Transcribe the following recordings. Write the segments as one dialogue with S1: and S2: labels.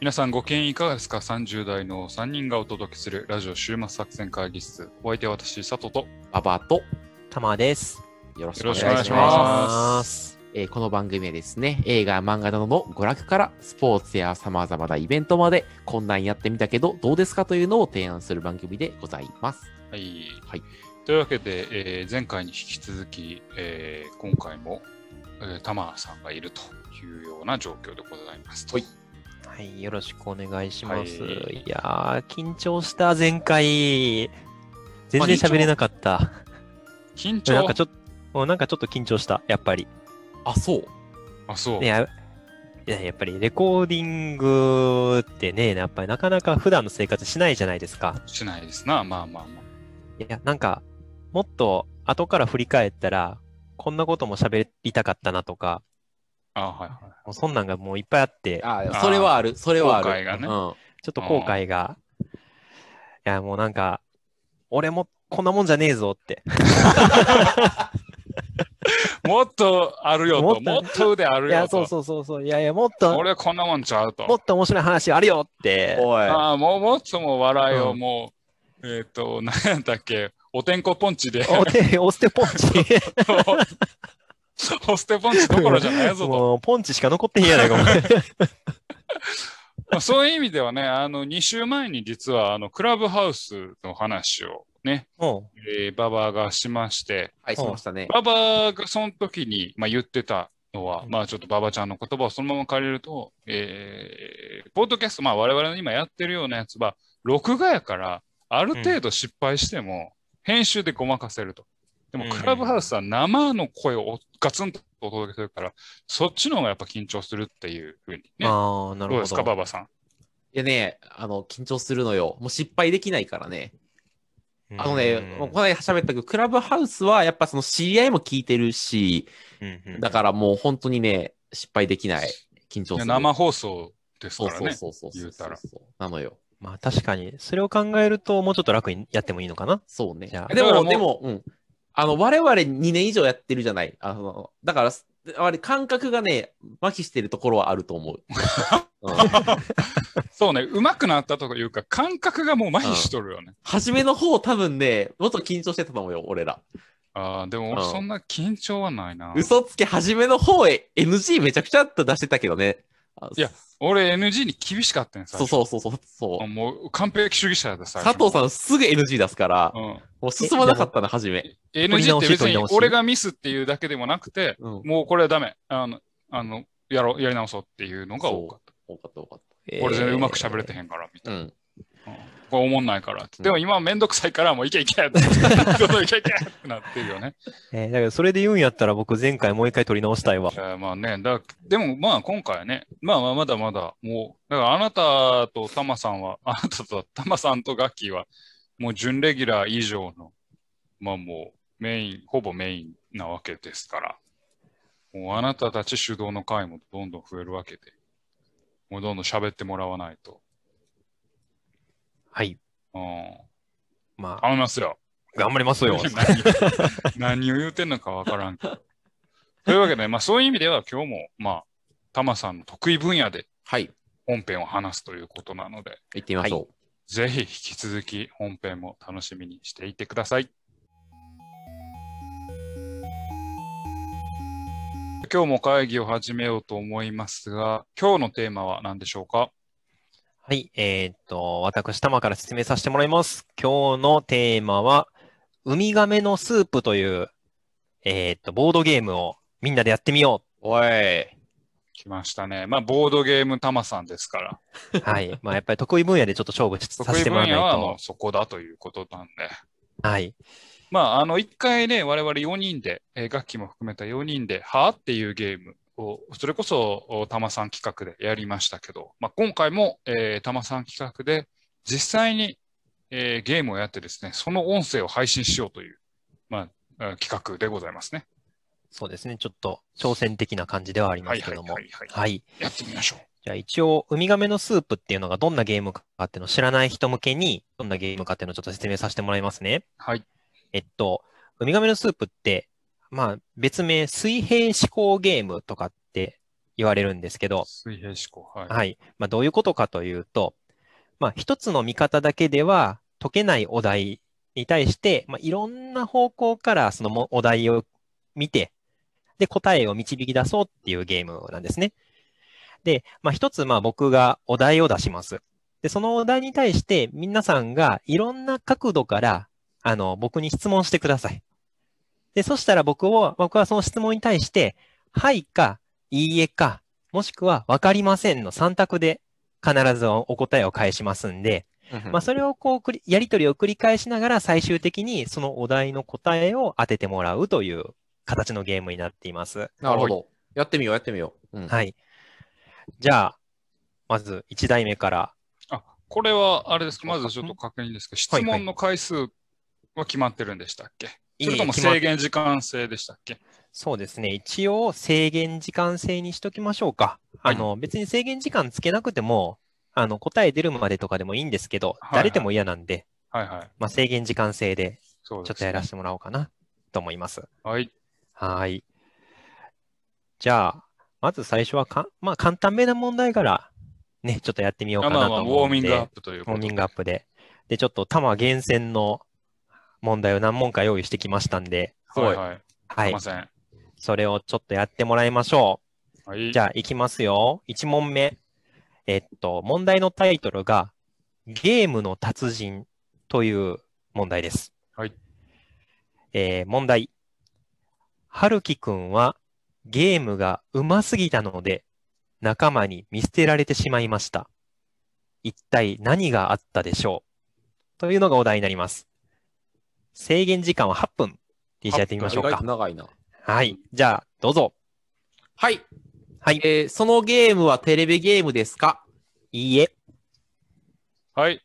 S1: 皆さんご機嫌いかがですか ?30 代の3人がお届けするラジオ週末作戦会議室。お相手は私、佐藤と。
S2: ババと
S3: たまです。
S2: よろし
S1: よ
S2: くお
S1: ろしくお
S2: 願
S1: 願
S2: い
S1: い
S2: し
S1: し
S2: ます。
S1: ま。
S3: ます
S2: えーこの番組はですね、映画、漫画などの娯楽からスポーツや様々なイベントまで、こんなんやってみたけど、どうですかというのを提案する番組でございます。
S1: はい。
S2: はい
S1: というわけで、えー前回に引き続き、えー今回も、えー、タマさんがいるというような状況でございますと。
S2: はい
S3: はい、よろしくお願いします。
S1: はい
S3: い、やー、緊張した、前回。全然喋れなかった。
S1: 緊張
S3: なんかちょっと、うんなんかちょっと緊張した、やっぱり。
S2: あ、そう。
S1: あ、そう。
S3: ね、やいややっぱりレコーディングってね、やっぱりなかなか普段の生活しないじゃないですか。
S1: しないですな。まあまあま
S3: いや、なんか、もっと後から振り返ったら、こんなことも喋りたかったなとか、
S1: あ。あはいはい。
S3: もうそんなんがもういっぱいあって、
S2: あ
S1: ー
S2: それはある。それはある。
S1: 後悔がね
S2: うん
S3: ちょっと後悔が。いや、もうなんか、俺もこんなもんじゃねえぞって。
S1: もっとあるよと。も
S3: も
S1: っ
S3: っ
S1: と腕ある
S3: い
S1: よと。
S3: や、そうそうそうそう。いやいや、もっと、
S1: 俺はこんなもんちゃうと。
S3: もっと面白い話あるよって。
S2: おい。
S1: ああ、もう、もっとも笑いを
S3: うん
S1: もう、えっ、と、何やったっけ、おてんこポンチで、
S3: お手、お捨てポンチ。
S1: お捨てポンチどころじゃないぞと。
S3: もう、ポンチしか残ってへんやないか、お前
S1: まあ、そういう意味ではね、あの、2週前に実は、あの、クラブハウスの話をね、
S3: も
S1: えーババアがしまして、
S2: はい、しましたね。
S1: ババアがその時に、まあ、言ってたのは、
S3: うん
S1: まあちょっとババちゃんの言葉をそのまま借りると、えー、ポッドキャスト、まあ我々の今やってるようなやつは、録画やから、ある程度失敗しても、編集でごまかせると。で
S3: う
S1: も、
S3: ん
S1: クラブハウスは生の声をガツンとお届けするから、そっちの方がやっぱ緊張するっていうふうに
S3: う、
S1: ね。
S3: ああ、なる
S1: どう
S3: ほ
S1: です
S3: ど。
S1: か、ババさん。
S2: いやね、あの、緊張するのよ。もう失敗できないからね。
S3: うん
S2: あのね、もうこの間喋ったけど、クラブハウスはやっぱその知り合いも聞いてるし、
S3: うんうん
S2: だからもう本当にね、失敗できない。緊張
S1: い
S2: す
S1: や
S2: る。
S1: 生放送です
S2: そ
S1: から
S2: うそう
S1: ね。
S2: そうそうそう。
S1: 言うたら
S2: なのよ。
S3: まあ、確かに、それを考えると、もうちょっと楽にやってもいいのかな。
S2: そうね
S3: じゃ。あ
S2: で
S1: だから
S2: も、
S1: もう
S2: でも、うん。あの、我々2年以上やってるじゃない。あの、だから、あれ、感覚がね、麻痺してるところはあると 思う。うん
S1: そうね、上手くなったとかいうか、感覚がもう麻痺しとるよね。
S2: 初めの方多分ね、もっと緊張してたと思うよ、俺ら。
S1: ああ、でも俺
S2: うん
S1: そんな緊張はないな。
S2: 嘘つき初めの方へ NG めちゃくちゃっと出してたけどね。あ
S1: いや、俺 NG に厳しかったんです
S2: そうそうそうそうそ
S1: あ
S2: う。
S1: もう完璧主義者だった、最
S2: 佐藤
S1: ん。
S2: さんすぐ NG 出すから、
S1: うん、
S2: もう進まなかったな、初め。
S1: NG って別
S3: 取り
S1: に
S3: 直し
S1: 俺がミスっていうだけでもなくて、
S2: うん。
S1: もうこれはダメ。あの、あのやろう、やり直そうっていうのが多かっ。
S2: 多かった、多かった
S1: 俺全然うまく喋れ
S3: て
S1: てへんから、みた
S2: た。
S1: い
S2: うん。
S1: な。うんこれ思んないからって。
S2: うん
S1: でも今はめんどくさいから、もういけいけって、 どんどんいけいけってなってるよね。
S3: えーだからそれで言うんやったら僕前回もう一回撮り直したいわ
S1: い。やまあね、だでもまあ今回はね、まあまあまだまだ、もう、だからあなたとタマさんは、あ なたとタマさんとガッキーは、もう準レギュラー以上の、まあもうメイン、ほぼメインなわけですから、もうあなたたち主導の回もどんどん増えるわけで、もうどんどん喋ってもらわないと。
S3: はい。
S1: うん。
S3: まあ、
S1: 頼みますよ。
S3: 頑張りますよ。
S1: 何を言うてんのかわからんけど。というわけで、まあそういう意味では今日も、まあ、タマさんの得意分野で、
S2: はい。
S1: 本編を話すということなので、
S2: 行ってみましょう。
S1: ぜひ引き続き本編も楽しみにしていてください。今日も会議を始めようと思いますが、今日のテーマは何でしょうか
S3: はい。えーっと、私、玉から説明させてもらいます。今日のテーマは、ウミガメのスープという、えーっと、ボードゲームをみんなでやってみよ
S2: おい。
S1: 来ましたね。まあ、ボードゲームたまさんですから、
S3: う。はい。まあ、やっぱり得意分野でちょっと勝負しさ
S1: 得
S3: せ
S1: 意
S3: て
S1: 分
S3: もらわない
S1: 野はも
S3: と
S1: う。そこだということなんで。
S3: はい。
S1: まあ、あの、一回ね、我々4人で、えー楽器も含めた4人で、はあっていうゲームを、それこそ、おたまさん企画でやりましたけど、まあ、今回も、えー、たまさん企画で、実際に、えーゲームをやってですね、その音声を配信しようという、まあ、あ企画でございますね。
S3: そうですね。ちょっと挑戦的な感じではありま
S1: はいは
S3: すけ
S1: い
S3: ど
S1: はい
S3: も。
S1: はい。
S3: はい。
S1: やってみましょう。
S3: じゃあ一応、ウミガメのスープっていうのがどんなゲームかっていうのを知らない人向けに、どんなゲームかっていうのをちょっと説明させてもらいますね。
S1: はい。
S3: えっと、ウミガメのスープって、まあ別名水平思考ゲームとかって言われるんですけど、
S1: 水平思考。はい。
S3: はい。まあ、どういうことかというと、まあ、一つの見方だけでは解けないお題に対して、まあ、いろんな方向からそのもお題を見て、で、答えを導き出そうっていうゲームなんですね。で、まあ、一つ、まあ、僕がお題を出します。で、そのお題に対して、皆さんがいろんな角度から、あの、僕に質問してください。で、そしたら僕を、僕はその質問に対して、はいか、いいえか、もしくは、わかりませんの3択で必ずお答えを返しますんで、まあ、それをこう繰り、やり取りを繰り返しながら最終的にそのお題の答えを当ててもらうという形のゲームになっています。
S2: なるほど。やってみよう、やってみよう。うん
S3: はい。じゃあ、まず1題目から。
S1: これは、あれですか、まずちょっと確認ですけど、
S3: はい
S1: 質問の回数は決まってるんでしたっけ
S3: い
S1: それとも
S3: 決まっ
S1: 制限時間制でしたっけ
S3: そうですね。一応制限時間制にしときましょうか。あの、別に制限時間つけなくても、あの、答え出るまでとかでもいいんですけど
S1: は、いはい
S3: 誰でも嫌なんで、
S1: はいはい。
S3: まあ、制限時間制で
S1: そう
S3: ち
S1: で
S3: ょっ
S1: す
S3: と
S1: ね、
S3: やらせてもらおうかなと思います。
S1: はい。
S3: はい。じゃあ、まず最初はかん、まあ、簡単めな問題から、ね、ちょっとやってみよう
S1: あ
S3: か
S1: ま
S3: な
S1: あま
S3: と
S1: あ、ウォ
S3: 思
S1: ー
S3: うん
S1: ミン
S3: で、
S1: グアップという
S3: ウォ
S1: こ
S3: ー
S1: と
S3: ミングアップで。で、ちょっと、玉厳選の問題を何問か用意してきましたんで、
S1: はいはい。
S3: は
S1: すいま。せ
S3: い
S1: ん。
S3: それをちょっとやってもらいましょ
S1: はい。
S3: う。じゃあ、いきますよ。1問目。えっと、問題のタイトルが、ゲームの達人という問題です。
S1: はい。
S3: えー問題。はるきくんはゲームが上手すぎたので仲間に見捨てられてしまいました。一体何があったでしょうというのがお題になります。制限時間は8分。DJ やってみましょう
S2: 意外
S3: か
S2: と。長いな。
S3: はい。じゃあ、どうぞ。
S2: はい。
S3: はい
S2: えーそのゲームはテレビゲームですか
S3: いいえ。
S1: はい。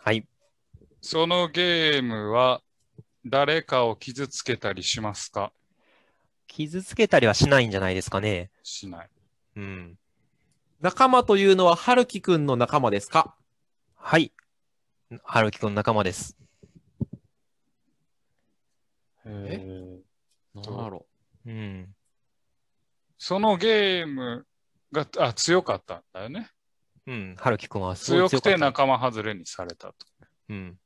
S3: はい。
S1: そのゲームは、誰かを傷つけたりしますか
S3: 傷つけたりはしないんじゃないですかね。
S1: しない。
S3: うん。
S2: 仲間というのは、はるきくんの仲間ですか
S3: はい。はるきくん仲間です。
S2: なんんだろ
S3: うん。
S1: そのゲームがあ強かったんだよね。
S3: うん。はるきくんはすごい
S1: 強くて
S3: かった。
S1: 仲間外れにされたと。
S3: うん。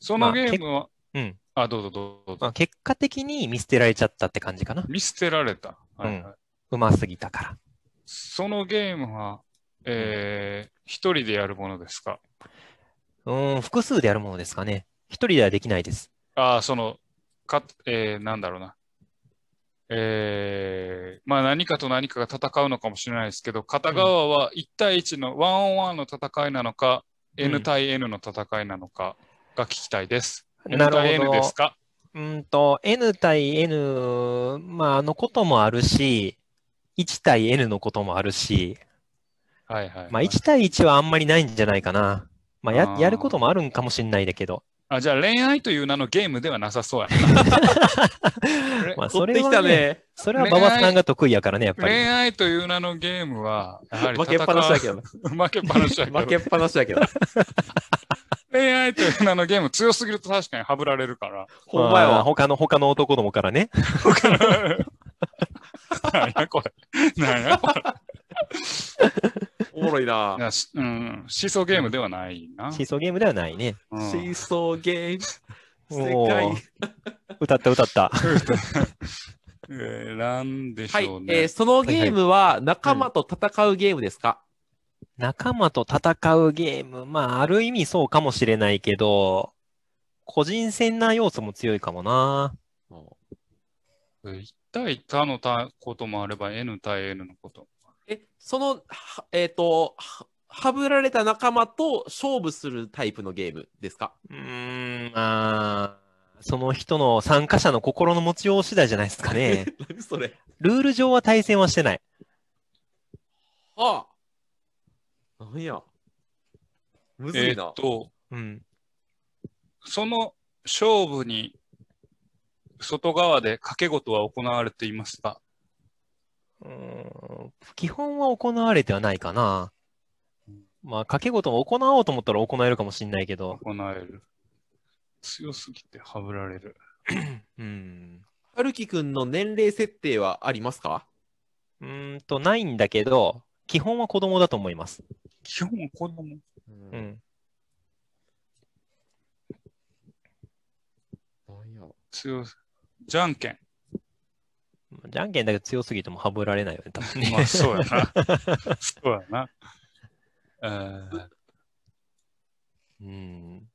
S1: そ
S3: ま
S1: の
S3: あ
S1: ゲームは、
S3: うん。
S1: あ、どうぞどう
S3: ま
S1: ぞ。
S3: あ、結果的に見捨てられちゃったって感じかな。
S1: 見捨てられた。はいはい
S3: うんうますぎたから。
S1: そのゲームは、えー一人でやるものですか
S3: うーん、複数でやるものですかね。一人ではできないです。
S1: ああ、その、か、えーなんだろうな。えーまあ何かと何かが戦うのかもしれないですけど、片側は1対1のワンオンワンの戦いなのか、
S3: うん
S1: N 対 N の戦いなのかが聞きたいです。
S3: な
S1: N 対
S3: る
S1: N
S3: ほ
S1: です
S3: ど。
S1: か
S3: うんと、N 対 N、まあ、あのこともあるし、1対 N のこともあるし、
S1: はいはい、はい。
S3: まあ、1対1はあんまりないんじゃないかな。まあ、
S1: あ
S3: や、
S1: ー
S3: やることもあるんかもしれないだけど。
S1: あ、じゃあ恋愛という名のゲームではなさそうやな。れ
S3: まあ、
S2: う。
S3: そ
S2: 取っ
S3: れ
S2: て
S3: は
S2: きた
S3: ね、
S2: ね。
S3: それは馬場さんが得意やからね、やっぱ
S1: 恋
S3: り。
S1: 愛という名のゲームは、やはり
S2: 負けっぱなしだけどな。
S1: ど。負けっぱなしだけど
S2: 負けっぱなしだ けど。
S1: 恋愛という名のゲーム強すぎると確かにハブられるから。
S2: ほんまや
S3: あー
S2: わ。
S3: 他の、他の男どもからね。
S1: なんやこれ。なんやこれ
S2: おもろいな。
S1: なしうん。シーソーゲームではないな。
S3: シーソーゲームではないね。
S1: うん
S2: シーソーゲーム。世
S3: お
S2: 界
S3: ー。歌った歌った。
S1: えーなんでし
S2: はい、
S1: ょうね。
S2: えーそのゲームは仲間と戦うゲームですか、
S3: 仲間と戦うゲーム、まあ、ある意味そうかもしれないけど、個人戦な要素も強いかもな。
S1: 1対他のたこともあれば N 対 N のこと。
S2: え、その、はえっ、と、ははぶられた仲間と勝負するタイプのゲームですか
S3: うーん、まあ、その人の参加者の心の持ちよう次第じゃないです かね。
S2: 何それ。
S3: ルール上は対戦はしてない。
S2: はあ。なんや。むず
S1: え
S2: い
S1: ーっ
S2: な。
S1: と、
S3: うん。
S1: その勝負に外側で掛け事は行われていますか
S3: うーん基本は行われてはないかな。まあ、掛け事を行おうと思ったら行えるかもしれないけど。
S1: 行える。強すぎてハブられる。
S3: うん。
S2: はるきくんの年齢設定はありますか
S3: うーんうんと、ないんだけど、基本は子供だと思います。
S1: 基本子供。
S2: うん
S3: うん。
S2: なんやろ
S1: 強いじゃんけん。
S3: じゃんけんだけど強すぎてもハブられないよね、多分ね。
S1: まあ、そうやな。そうやな。えー
S3: うん。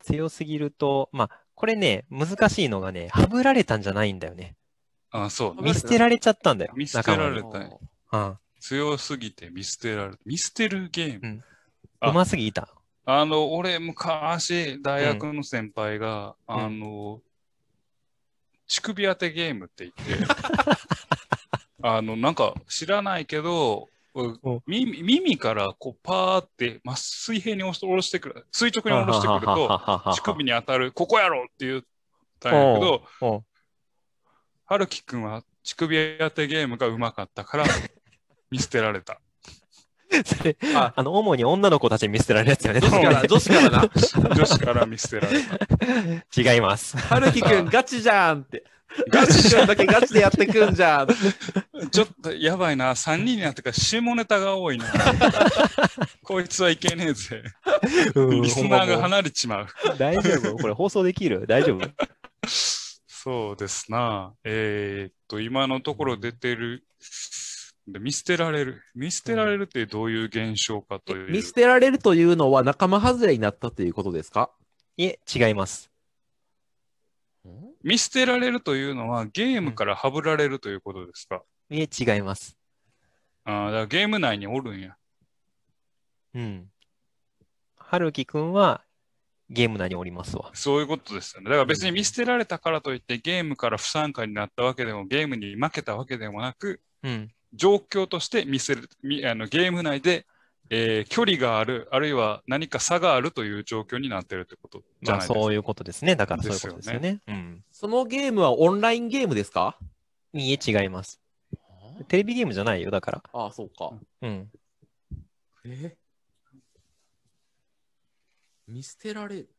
S3: 強すぎると、まあ、これね、難しいのがね、ハブられたんじゃないんだよね。
S1: あ、そう。
S3: 見捨てられちゃったんだよ。
S1: 見捨てら
S3: 仲
S1: れ
S2: あ
S1: たんや
S2: ー
S3: 間に
S1: 強すぎて見捨てられた。見捨てるゲーム。
S3: うん。
S1: あ
S3: うますぎた。
S1: あの、俺、昔、大学の先輩が、
S3: ん
S1: あの、乳首当てゲームって言 って、あの、なんか知らないけど、
S3: うん
S1: 耳耳からこうパーって、まあ、水平に押し下ろしてくる、垂直に下ろしてくると、乳首に当たる、ここやろって言ったんやけど、
S3: おう
S1: はるきくんは乳首当てゲームがうまかった から、見捨てられた。
S3: それ、
S2: あ
S3: あの、主に女の子たちに見捨てられるやつよね。
S2: 女子から、女子からな。
S1: 女子から見捨てられた。
S3: 違います。
S2: はるきくんガチじゃんって。 ガチくんだけガチでやってくんじゃん。
S1: ちょっとやばいな、3人になってから下ネタが多 いな。こいつはいけねえぜ。
S3: うん
S1: リスナーが離れちまう。
S3: 大丈夫これ放送できる大丈夫
S1: そうですな。えー、っと、今のところ出てる。で見捨てられる。見捨てられるってどういう現象かという。
S2: 見捨てられるというのは仲間外れになったということですか
S3: いえ、違います。
S1: 見捨てられるというのはゲームからはぶられるということですか。
S3: いえ、違います。
S1: ああ、だからゲーム内におるんや。
S3: うん。はるきくんは、ゲーム内におりますわ。
S1: そういうことですよね。だから別に見捨てられたからといってゲームから不参加になったわけでも、ゲームに負けたわけでもなく、
S3: うん。
S1: 状況として見せる、みあのゲーム内で、えー距離がある、あるいは何か差があるという状況になってるってことじゃ
S3: ま
S1: ない
S3: あ、
S1: ですか。
S3: そういうことですね。だからそういうことですよね。
S2: そのゲームはオンラインゲームですか
S3: うん。いいえ、違います。テレビゲームじゃないよ、だから。
S2: ああ、そうか。
S3: うん。
S2: え見捨てられる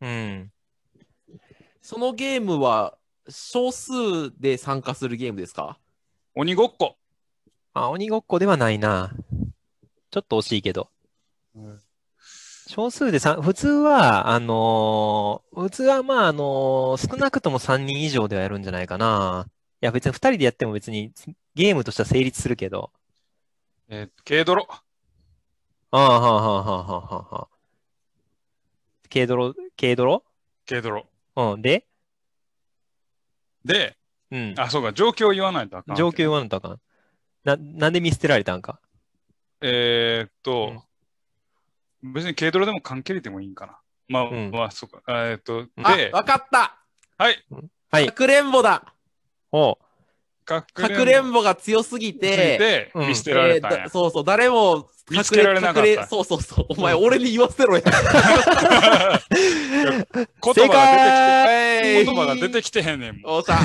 S3: うん。
S2: そのゲームは少数で参加するゲームですか
S1: 鬼ごっこ。
S3: あ、鬼ごっこではないな。ちょっと惜しいけど。少数でさん普通は、あのー普通はまあ、あのー少なくとも3人以上ではやるんじゃないかな。いや、別に2人でやっても別にゲームとしては成立するけど。
S1: えー、軽泥。
S3: ああ、はあ、はあ、はあ、はあ、はあ。軽泥、軽泥
S1: 軽泥。
S3: うん。で
S1: で、
S3: うん。
S1: あ、そうか、状況を言わないとあかん。
S3: 状況言わんとあかん。な、なんで見捨てられたんか。
S1: えーっと、別に軽泥でも関係でもいいんかな。まあ、
S3: うん
S1: まあ、そうか。えーっと、
S2: あ
S1: で、、
S2: わかった
S1: はい。
S3: はい
S2: かくれんぼだ
S3: おう。
S1: か
S2: かくれ
S1: ぼ
S2: んぼが強すぎ
S1: につい
S2: て、
S1: て
S3: うん
S1: 見捨てられたん
S2: えー
S1: や
S2: だ。そうそう、誰も隠れ
S1: 見つけられなかった
S2: 隠そうそうそう。お前、俺に言わせろや。
S1: 言葉が出て
S2: 正
S1: きて、
S2: 解
S1: 言葉が出てきてへんねんもん。
S2: おっしゃ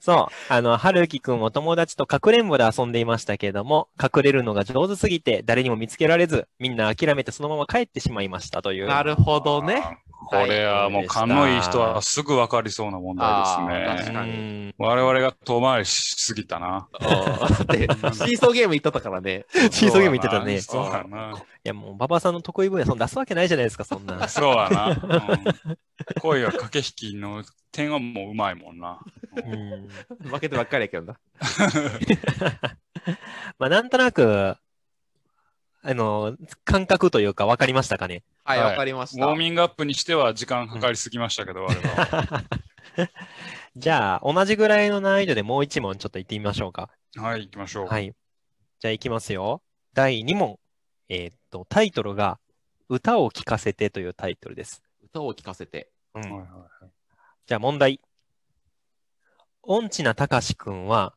S3: そう。あの、はるきくんお友達とかくれんぼで遊んでいましたけれども、隠れるのが上手すぎて、誰にも見つけられず、みんな諦めてそのまま帰ってしまいましたという。
S2: なるほどね。
S1: あー。これはもう勘のいい人はすぐ分かりそうな問題
S2: あー
S1: です
S2: 確
S1: ね。
S2: かに
S3: に。
S1: 我々が遠回りしすぎたな。
S2: だって、シーソーゲーム行っとったからね。
S3: シーソーゲーム言ってたね。い
S1: そうだな。。
S3: や、もう、馬場さんの得意分野、そん な出すわけないじゃないですか、そんな
S1: そうだな。うん恋は駆け引きの点はもううまいもんな。
S3: うん。
S2: 負けてばっかりやけどな。
S3: まあ、なんとなく、あの、感覚というか、わかりましたかね。
S2: はい、
S1: はい
S2: わかりまし
S1: ウ
S2: た。
S1: ォーミングアップにしては時間かかりすぎましたけど、我々 は。
S3: じゃあ、同じぐらいの難易度でもう一問ちょっと行ってみましょうか。
S1: はい、行きましょう。
S3: はい。じゃあ行きますよ。第2問。えーっと、タイトルが、歌を聴かせてというタイトルです。
S2: 歌を聞かせて。
S3: う
S1: はいは
S3: ん
S1: い。
S3: じゃあ問題。音痴なたかしくんは、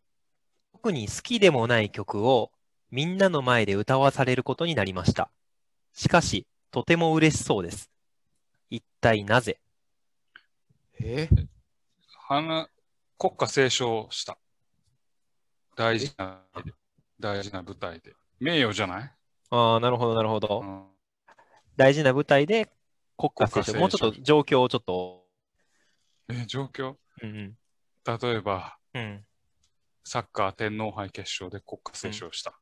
S3: 特に好きでもない曲をみんなの前で歌わされることになりました。しかし、とても嬉しそうです。一体なぜ
S2: え
S1: 花国家斉唱した。大事な、大事な舞台で。名誉じゃない、
S3: ああ、なるほど、なるほど
S1: うん
S3: 大事な舞台で国家斉
S1: 国家斉
S3: 唱。
S1: 唱
S3: もうちょっと状況をちょっと。
S1: え、状況
S3: うん
S1: 例えば、
S3: うん。うん。
S1: サッカー天皇杯決勝で国歌斉唱した。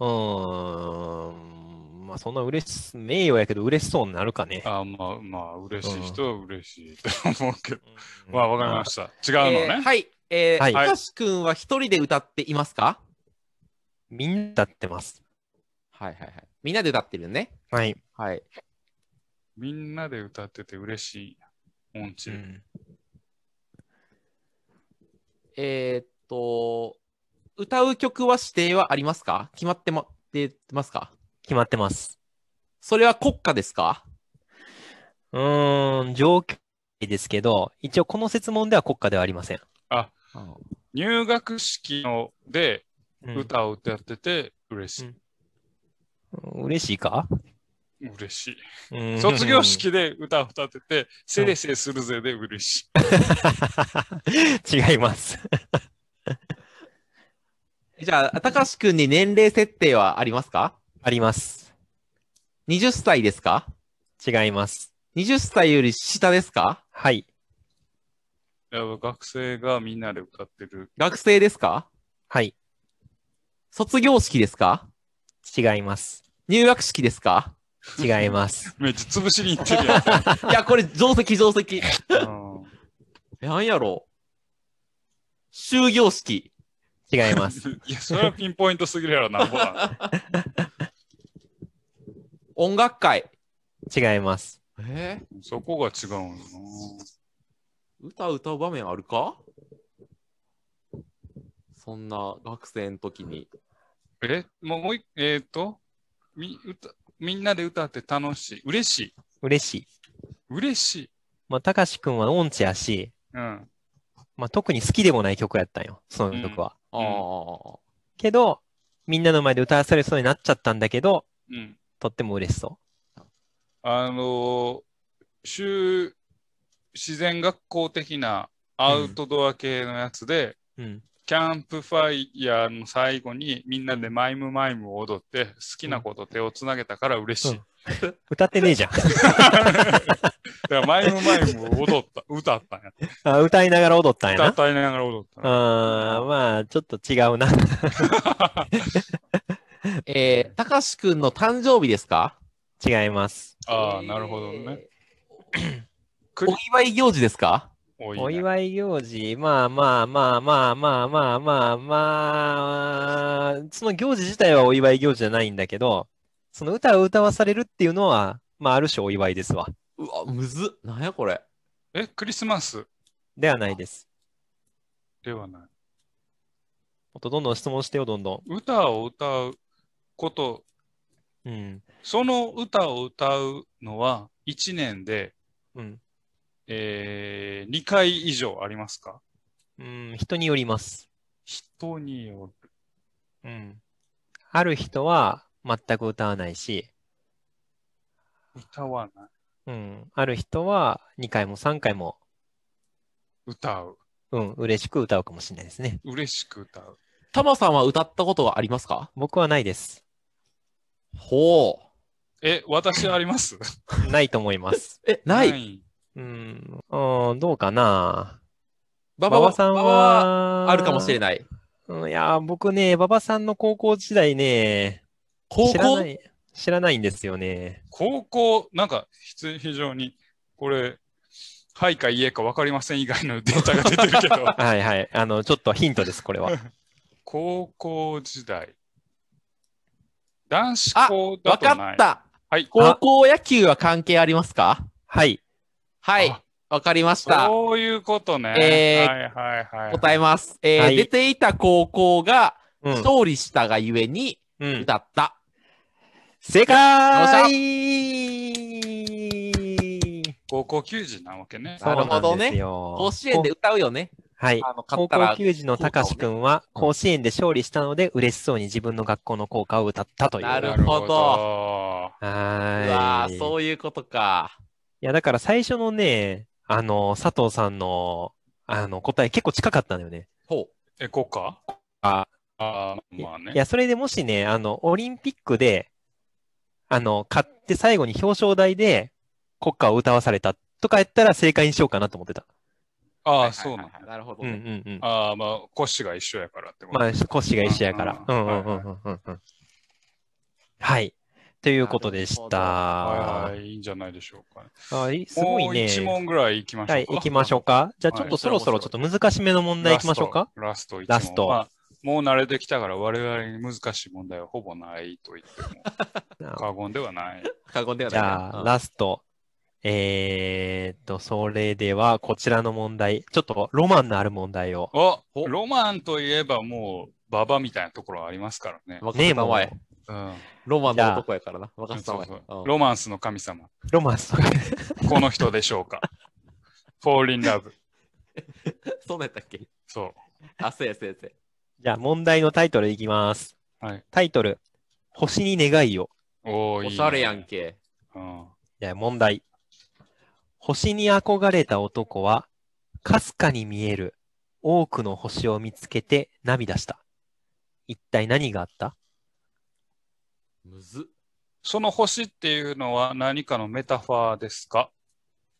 S3: うーん。まあ、そんな嬉し、名誉やけど嬉しそうになるかね。
S1: あまあまあ、嬉しい人は嬉しいと思うけど。
S3: うん
S1: まあ、わかりました。違うの
S2: え
S1: ね。
S2: ーはい。え
S3: は
S2: ー、
S3: い
S2: たかしくんは一人で歌っていますか
S3: みんな歌ってます。
S2: はいはいはい。みんなで歌ってるよね。
S3: はい。
S2: はい。
S1: みんなで歌ってて嬉しい音痴。
S2: えーっと、歌う曲は指定はありますか決まってまってますか
S3: 決まってます。
S2: それは国歌ですか
S3: うーん、状況ですけど、一応この設問では国家ではありません。
S1: 入学式ので
S3: うん
S1: 歌を歌ってて嬉しい。
S3: 嬉しいか
S1: 嬉しい。卒業式で歌を歌ってて、せいせいするぜで嬉しい。
S3: 違います。
S2: じゃあ、たかしくんに年齢設定はありますか
S3: あります。
S2: ?20 歳ですか
S3: 違います。
S2: ?20 歳より下ですか
S3: はい。
S1: いや学生がみんなで歌ってる。
S2: 学生ですか
S3: はい。
S2: 卒業式ですか
S3: 違います。
S2: 入学式ですか
S3: 違います。
S1: めっちゃ潰しに行ってるや
S2: いや、これ、定石、定石。
S1: んうん。
S2: なんやろ終業式。
S3: 違います。
S1: いや、それはピンポイントすぎるやろな、ほら。
S2: 音楽会。
S3: 違います。
S2: え
S1: そこが違うのよ
S2: 歌歌う場面あるかそんな学生の時に。
S1: な。え、もうもうい、えっ、とみ歌、みんなで歌って楽しい。嬉しい。
S3: 嬉しい。
S1: 嬉しい。
S3: まあ、たかしくんは音痴やし、
S1: うん。
S3: まあ、特に好きでもない曲やったんよ。その曲は。
S2: ああ、
S3: けど、みんなの前で歌わされそうになっちゃったんだけど、
S1: うん。
S3: とっても嬉しそ
S1: あのー、州自然学校的なアウトドア系のやつで、
S3: う。うん。
S1: キャンプファイヤーの最後にみんなでマイムマイムを踊って好きな子と手をつなげたから嬉しい。
S3: うん歌ってねえ じゃん。
S1: だからマイムマイムを踊った、 歌ったんや。
S3: あ歌いながら踊ったんや
S1: 歌
S3: な。
S1: 歌いながら踊ったな。
S3: あーまあ、ちょっと違うな。
S2: えー、たかしくんの誕生日ですか
S3: 違います。
S1: ああ、なるほどね。。
S2: えーお祝い行事ですか
S1: お
S3: お
S1: いね。
S3: 祝い行事、まあまあまあまあまあまあまあまあ、その行事自体はお祝い行事じゃないんだけど、その歌を歌わされるっていうのは、まあある種お祝いですわ。
S2: うわ、むずっ。なんやこれ。
S1: え、クリスマス
S3: ではないです。
S1: ではない。
S3: もっとどんどん質問してよ、どんど
S1: 歌を歌うこと、
S3: ん。うん。
S1: その歌を歌うのは1年で、
S3: うん。
S1: え2回以上ありますか
S3: うん、人によります。
S1: 人による。
S3: うん。ある人は全く歌わないし、
S1: 歌わない。
S3: うん。ある人は2回も3回も、
S1: 歌う。
S3: うん、嬉しく歌うかもしれないですね。
S1: 嬉しく歌う。
S2: たまさんは歌ったことはありますか
S3: 僕はないです。
S2: ほ
S1: え、私あります
S3: ないと思います。
S2: う。え、 ない。
S1: い。
S3: うん、うんどうかな。
S2: 馬
S3: 馬
S2: 場
S3: 場さんは、
S2: あるかもしれない。
S3: うんいや、僕ね、馬場さんの高校時代ね、
S2: 高
S3: 知ら
S2: 校
S3: ない、知らないんですよね。、
S1: 高校、なんか、ひつ非常に、これ、はいかいえか分かりません以外のデ ータが出てるけ ど
S3: はいはい。あの、ちょっとヒントです、これは。
S1: 高校時代。男子校だ
S2: わ
S1: と
S2: か
S1: ない。
S2: った。
S1: はい。
S2: 高校野球は関係ありますか
S3: はい。
S2: はい
S1: あ。
S2: わかりました。
S1: そういうことね。
S2: えー
S1: はいはいはい。
S2: 答えます。えー
S3: はい
S2: 出ていた高校が
S3: うん。
S2: 勝利したがゆえに
S3: うん、
S2: 歌った。
S3: 正
S2: よ
S3: 解
S1: 高校球児なわけね。
S2: なるほどね
S3: 甲
S2: 甲子園で歌うよね。
S3: はい。
S2: あの、勝
S3: 高
S2: った
S3: 校
S2: ら。
S3: 球児の高志くんは、甲子園で勝利したので、嬉しそうに自分の学校の校歌を歌ったという。
S1: な
S2: なる
S1: る
S2: ほ
S1: ほ
S2: ど
S1: ど。
S3: は
S2: う
S3: ーい。
S2: わーそういうことか。
S3: いや、だから最初のね、あの、佐藤さんの、あの、答え結構近かったんだよね。
S2: ほ
S1: え、こうか
S3: あ
S1: あーまあね
S3: い。や、それでもしね、あの、オリンピックで、あの、勝って最後に表彰台で国歌を歌わされたとかやったら正解にしようかなと思ってた。
S1: あ
S2: はいはいはいはい
S1: あ、そうなの。
S2: なるほど
S3: うんう
S2: ね。
S3: んうん。
S1: ああ、まあ、腰が一緒やからってこと。
S3: まあ、腰が一緒やから。
S1: う
S3: うんん
S1: う
S3: うんん
S1: う
S3: うんんうんうん。はい。ということでし
S1: は
S3: た
S1: いは。い、いいんじゃないでしょうか、ね。
S3: あいすごい
S1: もう
S3: ね。
S1: 一問ぐらい行きましょうか。
S3: はい、行きましょうか。じゃあちょっ
S1: は
S3: と
S1: い
S3: そろそろちょっと難しめの問題行きましょうか。
S1: ラスト、ラスト一問
S3: ラスト
S1: まあもう慣れてきたから我々に難しい問題はほぼないと言っても過言ではない。
S2: 過言では
S3: じ
S2: ないな。
S3: ゃ
S2: う
S3: あ、
S2: ん
S3: ラスト。えーっと、それでは、こちらの問題。ちょっとロマンのある問題を。
S1: お
S2: お
S1: ロマンといえばもう馬場みたいなところありますからね。
S2: 若
S3: ねえ、
S2: 狭
S3: も
S2: 様へ
S3: う。
S1: うん、
S2: ロマンの男やからな。若
S1: そ
S2: 狭
S1: う
S2: 様へ
S1: そう
S2: うん
S1: ロマンスの神様、
S3: ロマンスと か。
S1: この人でしょう か。フォーリンラブ。
S2: そうなんやったっけ
S1: そ
S2: あ、そうやそうやそうや。
S3: じゃあ、問題のタイトルいきます。
S1: はい
S3: タイトル。星に願いを。
S1: う。おーいいね
S2: おしゃれやんけ。
S1: うん。
S3: じゃあ、問題。星に憧れた男は、かすかに見える多くの星を見つけて涙した。一体何があった
S2: むずっ。
S1: その星っていうのは何かのメタファーですか、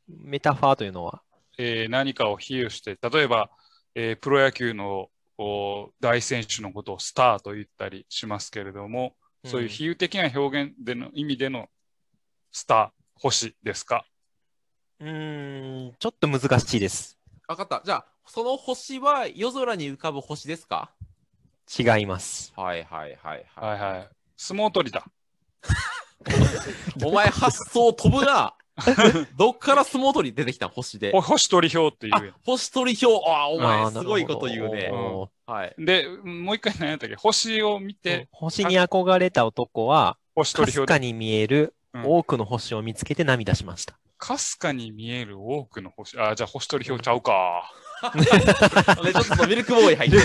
S3: メタファーというのは。
S1: えー何かを比喩して、例えば、えープロ野球のこう大選手のことをスターと言ったりしますけれども、そういう比喩的な表現での意味でのスター、星ですか
S3: うーん、ちょっと難しいです。
S2: わかった。じゃあ、その星は夜空に浮かぶ星ですか
S3: 違います。
S2: はいはいはいは
S1: はいはい。相撲取りだ。
S2: い。お前発想飛ぶ などっから相撲取り出てきたん星で
S1: ほ。星取り表ってい
S2: あ
S1: うや、
S2: 星取り表。ああ、お
S3: あ
S2: 前
S3: ー
S2: すごいこと言う
S3: なる
S2: ね。
S3: ほ
S2: はい。
S1: ん。で、もう一回何やったっけ星を見
S3: ど
S1: て、
S3: 星に憧れた男は、
S1: 星
S3: か
S1: 取り
S3: す
S1: 表
S3: か
S1: で、
S3: に見える
S1: うん
S3: 多くの星を見つけて涙しました。
S1: かすかに見える多くの星。あ、じゃあ星取り表ちゃう か。
S2: でちょっとミルクボーイ入ってる。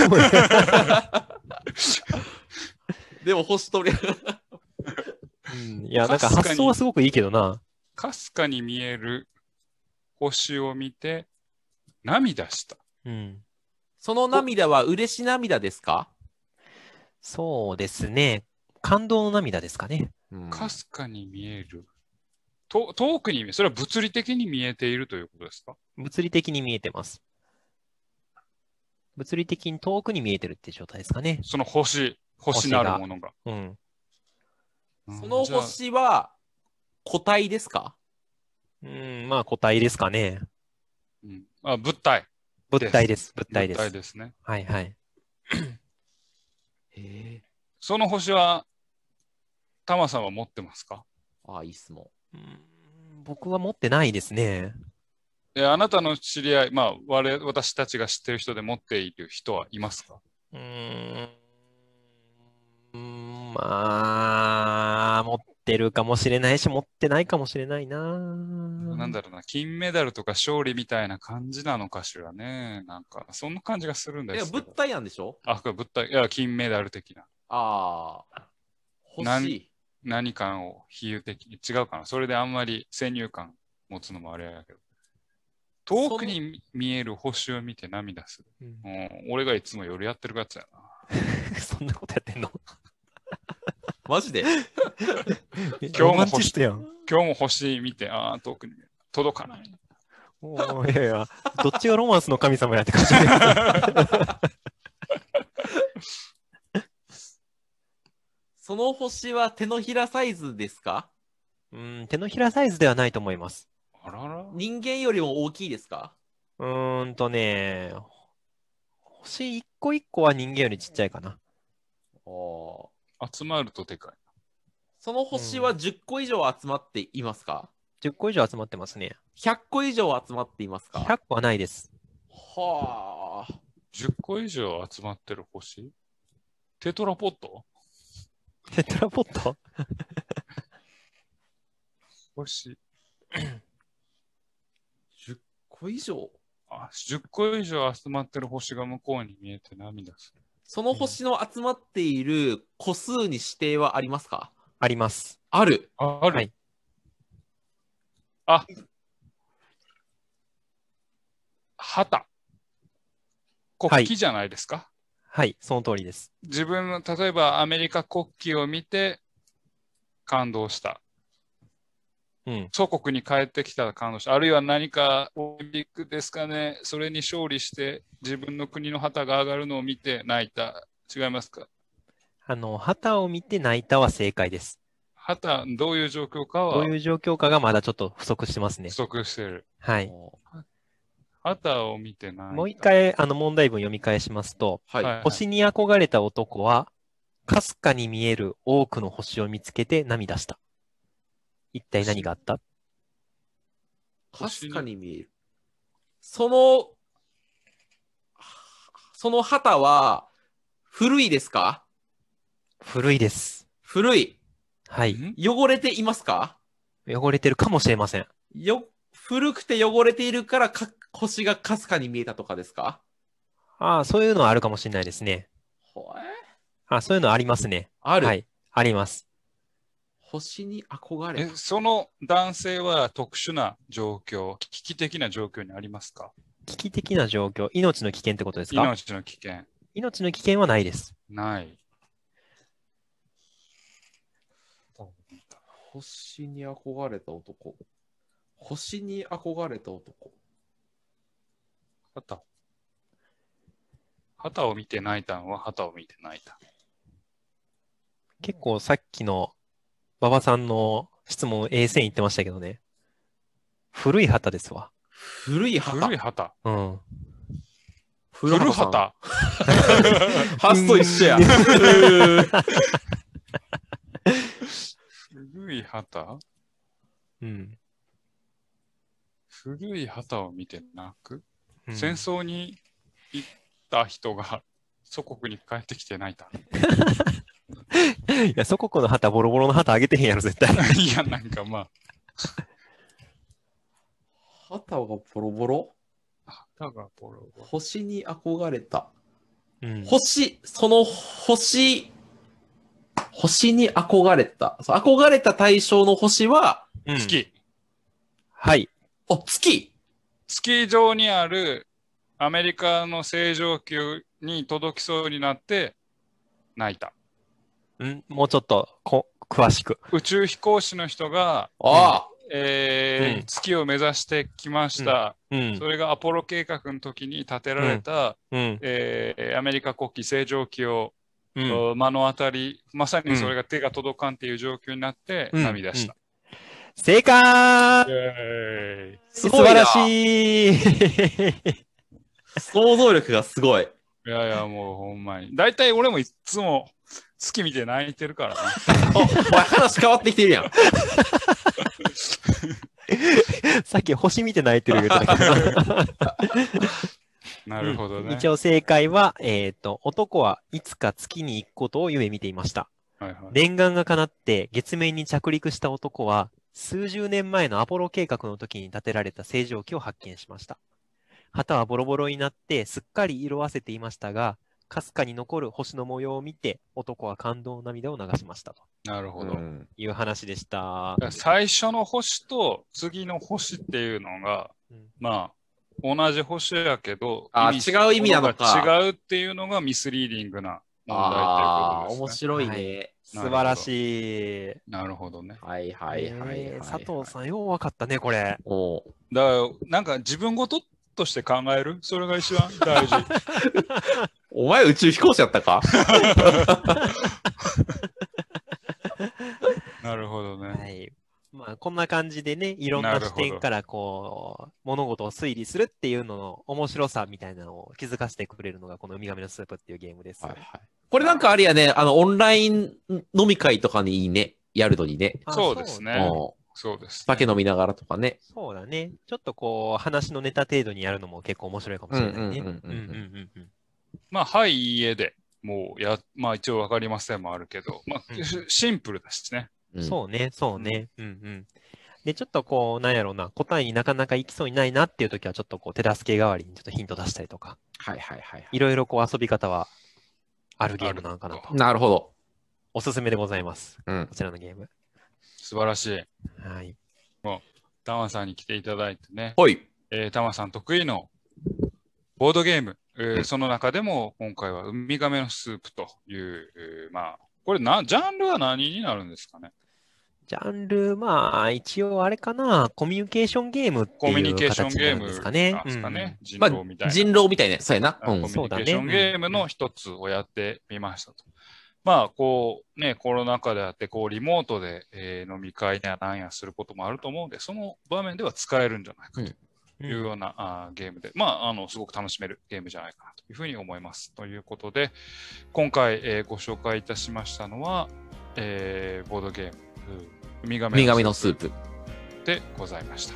S2: でも星取り、
S3: うん、いや、なん
S1: か
S3: か
S1: すかに
S3: 発想はすごくいいけどな。
S1: かすかに見える星を見て、涙した。
S3: うん。
S2: その涙は嬉し涙ですか
S3: そうですね。感動の涙ですかね。
S1: かすかに見える。と遠くに見え、それは物理的に見えているということですか
S3: 物理的に見えてます。物理的に遠くに見えてるって状態ですかね。
S1: その星、星なるものが。
S3: うん。
S1: うん
S2: その
S1: じゃあ
S2: 星は個体ですか
S3: うん、まあ個体ですかね。
S1: うんあ物体。
S3: 物体です。物体です。
S1: 物体ですね。
S3: はいはい。
S2: へえ。
S1: その星は、タマさんは持ってますか
S2: ああ、いい質問。
S3: うん僕は持ってないですね。
S1: えあなたの知り合い、まあ、我々私たちが知ってる人で持っている人はいますか
S3: うーんうーんまあ、持ってるかもしれないし、持ってないかもしれないな。
S1: な
S3: なん
S1: だろうな、金メダルとか勝利みたいな感じなのかしらね。なんか、そんな感じがするん
S2: い
S1: で
S2: や、
S1: すけ
S2: 物
S1: ど。
S2: 体なんでしょ
S1: あ、これ物体、いや、金メダル的な。
S2: ああ。
S1: なん
S2: 星。
S1: 何かを比喩的に違うかな。それであんまり先入観持つのもあれやけど。遠くに見える星を見て涙する。うん、俺がいつも夜やってるやつやな。
S3: そんなことやってんの
S2: マジで
S1: 今日も欲しい
S3: ロマンチストやん。
S1: 今日も星見て、ああ、遠くに見える届かない。
S3: おーいやいや、どっちがロマンスの神様やって感じ。
S2: その星は手のひらサイズですか
S3: うん、手のひらサイズではないと思います。
S1: あらら。
S2: 人間よりも大きいですか
S3: うーんとね、星一個一個は人間よりちっちゃいかな。
S2: ああ。
S1: 集まるとでかい。
S2: その星は10個以上集まっていますか、
S3: 10個以上集まってますね。
S2: ?100 個以上集まっていますか
S3: 100個はないです。
S2: はあ。
S1: 10個以上集まってる星テトラポット
S3: テトラポット
S1: 星
S2: 10個以上
S1: あ ?10 個以上集まってる星が向こうに見えて涙する。
S2: その星の集まっている個数に指定はありますか
S3: あります。
S2: ある。
S1: あある、
S3: はい
S1: あ旗。国旗じゃないですか、
S3: はい、その通りです。
S1: 自分の、例えばアメリカ国旗を見て感動した。
S3: うん。
S1: 祖国に帰ってきた感動した。あるいは何かオリンピックですかね、それに勝利して自分の国の旗が上がるのを見て泣いた。違いますか
S3: あの、旗を見て泣いたは正解です。
S1: 旗、どういう状況か
S3: ど
S1: は
S3: ういう状況かがまだちょっと不足してますね
S1: 不。足してる。
S3: はい。
S2: お
S1: 旗を見て泣いた。
S3: もう一回、あの、問題文読み返しますと、
S2: ーはい。
S1: はい
S3: 星に憧れた男は、かすかに見える多くの星を見つけて涙した。一体何があった
S2: かすかに見える。その、その旗は、古いですか
S3: 古いです。
S2: 古い。
S3: はい。
S1: ん
S2: 汚れていますか
S3: 汚れてるかもしれません。
S2: よ、古くて汚れているからか、星がかすかに見えたとかですか
S3: ああ、そういうのはあるかもしれないですね。
S2: ほえ
S3: あそういうのありますね。
S2: ある、
S3: はい。あります。
S2: 星に憧れ
S1: え。その男性は特殊な状況、危機的な状況にありますか
S3: 危機的な状況、命の危険ってことですか
S1: 命の危険。
S3: 命の危険はないです。
S1: ない。
S2: 星に憧れた男。星に憧れた男。
S1: 旗を。旗を見て泣いたのは旗を見て泣いた。
S3: 結構さっきの馬場さんの質問 A 線言ってましたけどね。古い旗ですわ。
S2: 古い旗。
S1: 古い旗。
S3: うん。
S1: 古
S2: 古さん
S1: 旗。
S2: ハスと一緒や。
S1: 古い旗
S3: うん。
S1: 古い旗を見て泣く、
S3: うん
S1: 戦争に行った人が祖国に帰ってきて泣いた。
S3: いや、祖国の旗、ボロボロの旗あげてへんやろ、絶対。
S1: いや、なんかま
S2: 旗がボロボロ。
S1: あ、旗がボロボロ。
S2: 星に憧れた。
S3: うん。
S2: 星、その星、星に憧れた。そう憧れた対象の星は、
S3: うん
S1: スキ。ー。
S3: はい。
S2: お、月
S1: スキー場にあるアメリカの正常級に届きそうになって泣いた。
S3: うん、もうちょっと、こ、詳しく。
S1: 宇宙飛行士の人が、
S2: ああ、
S1: えー
S3: うん
S1: 月を目指してきました、
S3: うん
S1: そ。れがアポロ計画の時に建てられた、
S3: うん。
S1: えーアメリカ国旗正常旗を、
S3: うん。
S1: 目の当たりまさにそれが手が届かんっていう状況になって
S3: うん
S1: 涙した、
S3: 正解
S1: イエーイ
S2: す
S3: 素
S2: ごい
S3: 晴
S2: な
S3: らしい
S2: 想像力がすごい。
S1: いやいやもうほんまに大体俺もいっつも月見て泣いてるからな
S2: お、お前話変わってきてるやん。
S3: さっき星見て泣いてる言ってたけど。
S1: なるほど
S3: うん
S1: ね
S3: 一、応正解は、えっ、と、男はいつか月に行くことを夢見ていました。
S1: はいはい
S3: 念願が叶って月面に着陸した男は、数十年前のアポロ計画の時に建てられた正常機を発見しました。旗はボロボロになってすっかり色あせていましたが、かすかに残る星の模様を見て、男は感動の涙を流しましたと
S1: なるほど、
S2: うん
S3: いう話でした。
S1: 最初の星と次の星っていうのが、
S3: うん
S1: まあ同じ星やけど
S2: あ
S1: 意味
S2: 違う意味なのか
S1: ものが違うっていうのがミスリーディングな問題
S2: ああ、
S1: ということ
S2: 面
S1: です、ね。
S2: 白い
S3: は
S2: ね。
S3: 素晴らしい。
S1: なるほどね。
S2: はいはいはいはい、
S3: えー佐藤さん、ようわかったね、これ。
S2: ん。おう
S1: だからなんか自分ごととして考えるそれが一番大 事。
S2: お前宇宙飛行士やったか
S1: なるほど
S3: は
S1: ね。
S3: い。まあ、こんな感じでね、いろん
S1: な
S3: な
S1: るほ
S3: 視
S1: ど
S3: 点からこう、物事を推理するっていうのの面白さみたいなのを気づかせてくれるのが、このウミガメのスープっていうゲームです。
S2: はいはい。これなんかあれやね、あの、オンライン飲み会とかにいいね。やるのにね。
S3: あ
S1: そうですね
S2: おう
S1: そうです。
S2: 酒飲みながらとかね。
S3: そうだね。ちょっとこう、話のネタ程度にやるのも結構面白いかもしれないね。
S2: うんうんうんうんうん
S3: うんうんうん
S1: まあ、はい、いいえでもうや、まあ一応わかりませんもあるけど、まあ
S3: うん
S1: シンプルだしね。
S2: うん
S3: そうね、そうね。うんうん。で、ちょっとこう、なんやろうな、答えになかなか行きそうにないなっていう時は、ちょっとこう、手助け代わりにちょっとヒント出したりとか、
S2: はいはいはい
S3: いろいろこう、遊び方はあるゲームなのかな
S1: ある
S3: と
S2: は。い。なるほど。
S3: おすすめでございます。
S2: うん
S3: こ。ちらのゲーム。
S1: 素晴らしい。
S3: はい。
S1: タマさんに来ていただいてね、
S2: ほい。
S1: えー、タマさん得意のボードゲーム、えーその中でも今回はウミガメのスープという、えーまあ、これな、ジャンルは何になるんですかね
S3: ジャンル、まあ、一応あれかな、コミュニケーションゲームって
S1: コミュ
S3: い
S1: ニ
S3: う
S1: ケーション
S3: 形
S1: ゲー
S3: なん
S1: ム
S3: ですか
S1: な
S3: ね
S1: ん。ですか
S3: うん
S1: ね。人
S2: まあ
S1: 狼みたい、な。
S2: 人狼みたいな、そうやな。
S1: あ
S2: う
S1: コミ
S2: ん。
S1: ュ
S3: そう
S1: ニ
S3: だ
S1: ケ
S3: ね
S1: ーションゲームの一つをやってみましたと。まあ、こう、ね、コロナ禍であって、こう、リモートで、えー飲み会やなんやすることもあると思うんで、その場面では使えるんじゃないかというような、あーゲームで、まあ、あの、すごく楽しめるゲームじゃないかなというふうに思います。ということで、今回、えーご紹介いたしましたのは、えーボードゲーム、ウミガメ
S2: 女神のスープ。
S1: でございました。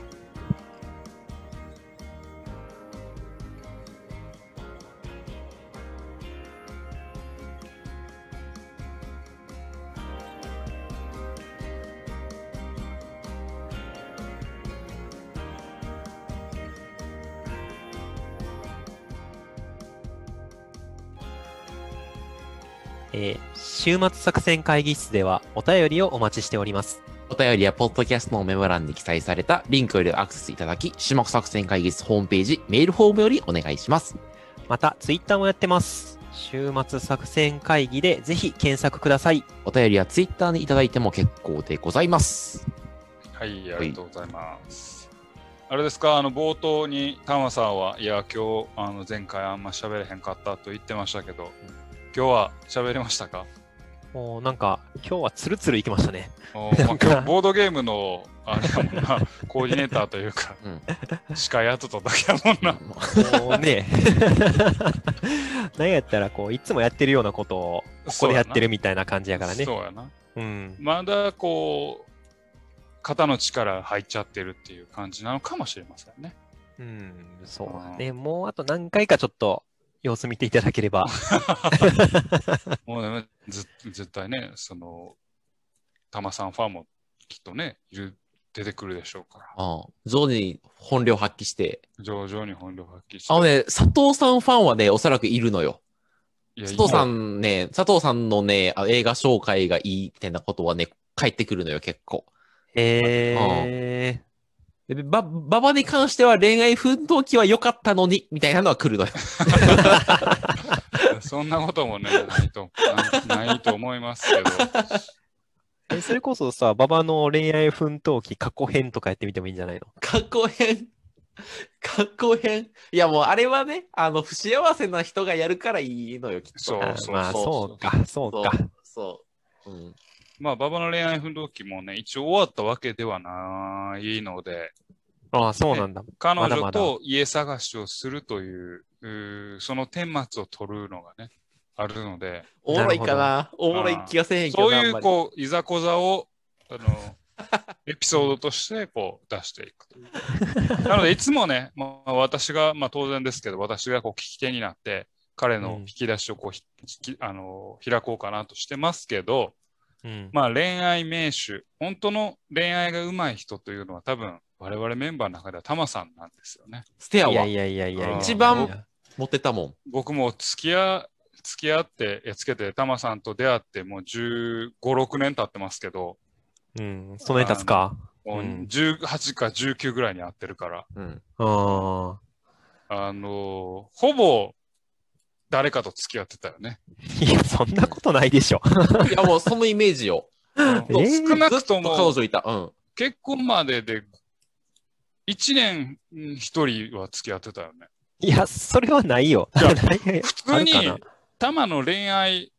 S3: えー週末作戦会議室ではお便りをお待ちしております。
S2: お便りやポッドキャストのメモ欄に記載されたリンクよりアクセスいただき、種目作戦会議室ホームページ、メールフォームよりお願いします。
S3: また、ツイッターもやってます。週末作戦会議でぜひ検索ください。
S2: お便りやツイッターにいただいても結構でございます。
S1: はい、ありがとうございます。あれですか、あの冒頭にタマさんは、いや、今日あの前回あんま喋れへんかったと言ってましたけど、今日は喋れました か
S3: もうなんか、今日はツルツルいきましたね。
S1: おーまあ
S3: か
S1: 今日ボードゲームのあれやもん なコーディネーターというか、司会やっとっただけやもんな。
S3: もう ね、 何やったらこう、いつもやってるようなことを、ここでやってるみたいな感じやからね。
S1: そうやな。
S3: うん。
S1: まだこう、肩の力入っちゃってるっていう感じなのかもしれません ね。
S3: うん、そうだ
S1: う
S3: ね。もうあと何回かちょっと様子見ていただけれ ば。
S1: もうね、ず絶対ね、その、タマさんファンもきっとね、いる出てくるでしょうから。
S2: ああ上手に本領発揮して。
S1: 上々に本領発揮して。
S2: あのね、佐藤さんファンはね、おそらくいるのよ。
S1: いや
S2: 佐藤さ。
S1: いいよ
S2: んね、佐藤さんのね、あ映画紹介がいいみたいなことはね、返ってくるのよ、結構。
S3: え
S2: でば、ばばに関しては恋愛奮闘期は良かったのに、みたいなのは来るのよ。
S1: そんなこともね、ないとなないと思いますけど。
S3: ーえそれこそさ、馬場の恋愛奮闘記過去編とかやってみてもいいんじゃないの
S2: 過去編。過去編。いや、もうあれはね、あの、不幸せな人がやるからいいのよ、きっと。
S1: そう
S3: あ
S1: そう
S3: まあ、
S1: そう
S3: そうか、そうか。
S2: そう。うん。
S1: まあ、馬場の恋愛奮闘期もね、一応終わったわけではないので、
S3: ああ、そうなんだ。
S1: 彼
S3: まだ
S1: 女
S3: まだ
S1: と家探しをするという、うーその顛末を取るのがね、あるので、
S2: おもろいかな。おもろい気がせえへんけ
S1: そ
S2: ど
S1: う
S2: な。
S1: い
S2: あんま
S1: う、
S2: り
S1: こう、いざこざを、あの、 エピソードとして、こう、出していくと いう。なので、いつもね、まあ、私が、まあ、当然ですけど、私が、こう、聞き手になって、彼の
S3: うん
S1: 引き出しを、こう、ひ引きあの、開こうかなとしてますけど、
S3: うん。
S1: まあ、恋愛名手、本当の恋愛が上手い人というのは、多分、我々メンバーの中ではタマさんなんですよね。
S2: ステア
S3: いやい
S2: は
S3: やいやいやいや。
S1: 一
S2: 番持ってたもん。
S1: 僕も付き合、付き合って、えつけて、タマさんと出会って、もう15、6年経ってますけど、
S3: うん、その辺立つか。
S1: もう
S3: うん
S1: 18か19ぐらいに会ってるから、
S2: うん。
S3: ああ。
S1: あのーほぼ誰かと付き合ってたよ ね。
S3: いや、そんなことないでしょ。
S2: いや、もうそのイメージよ。
S1: うん少なくと
S2: ずっ彼
S1: も
S2: 女いた。うん。
S1: 結婚までで1年うん一人は付き合ってたよね。
S3: いや、それはないよ。
S1: いや
S3: ない
S1: 普通に
S3: あるかな
S1: タマの恋愛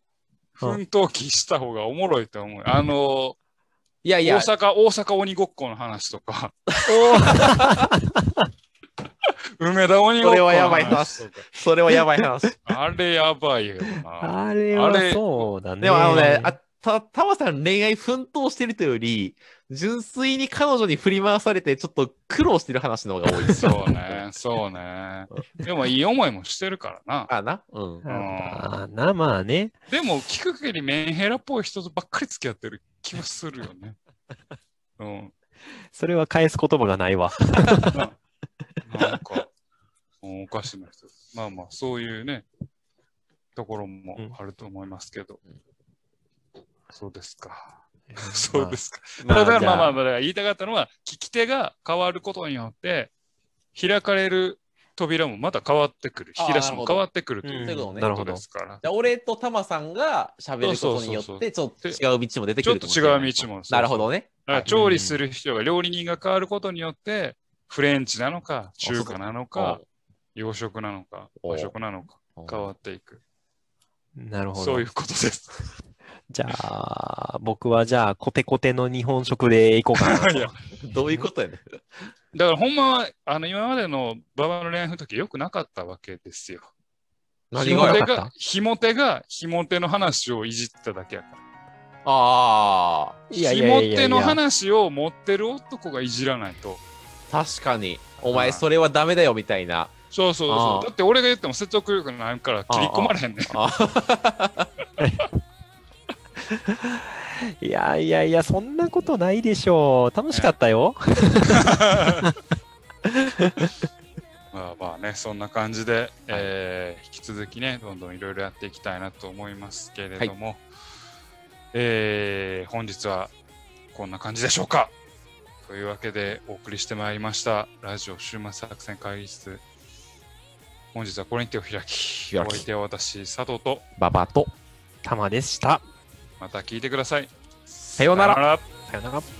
S1: 奮闘記した方がおもろいと思う。あの
S2: いや
S1: ー
S2: いや、
S1: 大阪、大阪鬼ごっこの話とか、 梅田鬼ごっこの話とか。
S2: それはやばい話それはやばい話。
S1: あれやばいよ な。
S3: あれ
S1: あ
S3: は
S1: れ
S3: そうだね。
S2: でもあのね、あた、たまさん恋愛奮闘してるというより、純粋に彼女に振り回されて、ちょっと苦労してる話の方が多いですよ。
S1: そうね、そうね。でもいい思いもしてるからな。
S2: あな。うん。
S3: まあな、まあね。
S1: でも聞く限りメンヘラっぽい人とばっかり付き合ってる気はするよね。うん。
S3: それは返す言葉がないわ。。
S1: なんか、うんおかしな人。まあまあ、そういうね、ところもあると思いますけど。
S2: うん
S1: そうですか。そうですすか。
S3: まあ
S1: ただ
S3: じ
S1: まあ
S3: ゃあ
S1: まあまあ、だから言いたかったのは、聞き手が変わることによって、開かれる扉もまた変わってくる。
S2: あ
S1: 引
S2: ー
S1: き出しも変わってくると
S2: そう
S1: い
S2: いう
S1: う
S2: ことね
S3: なる
S1: こ
S3: ほ
S1: と
S3: ど
S1: で。すから。
S2: じゃあ俺とタマさんが喋ることによ
S1: そう
S2: っ
S1: そ
S2: て、ちょっと違う道も出て
S1: ち
S2: く
S1: ょっ
S2: る
S1: と
S2: かもしれな
S1: 違
S2: いう
S1: 道も。
S2: なるほどね。
S1: から調理する人が、料理人が変わることによって、フレンチなのか、中華なのか、洋食なのか、
S2: お
S1: 和食なのか、
S2: お
S1: 変わっていく。
S3: なるほど。
S1: そういうことです。
S3: じゃあ、僕はじゃあ、コテコテの日本食で行こ うかな
S1: いや
S2: どういうことやねん。
S1: だから、ほんまは、あの、今までの馬場の恋愛の時良くなかったわけですよ。
S2: 何
S1: ひ
S2: が
S1: も
S2: や
S1: 手
S3: 良かった
S1: が、ひも手が、ひも手の話をいじってただけやから。
S2: あ
S3: いやい
S1: ひ
S3: や
S1: も
S3: いや
S1: 手
S3: いや
S1: の話を持ってる男がいじらないと。
S2: あ、確かに。お
S1: は
S2: 前、
S1: い
S2: それはダメだよ、みたいな。
S1: そうそう
S2: あ
S1: そ
S2: あ
S1: う。だって俺が言っても説得力ないから切り込まれへんねん。
S3: いやいやいや、そんなことないでしょう。楽しかったよ。
S1: まあまあね、そんな感じで、えー引き続きね、どんどんいろいろやっていきたいなと思いますけれども、えー本日はこんな感じでしょうかというわけでお送りしてまいりました、ラジオ週末作戦会議室。本日はこれに手を開き、
S2: 開
S1: お
S2: き
S1: 相手は私、佐藤と、
S2: ババと。
S3: たまでした。
S1: また聞いてください。
S2: さようなら
S1: さ。
S3: さよなら。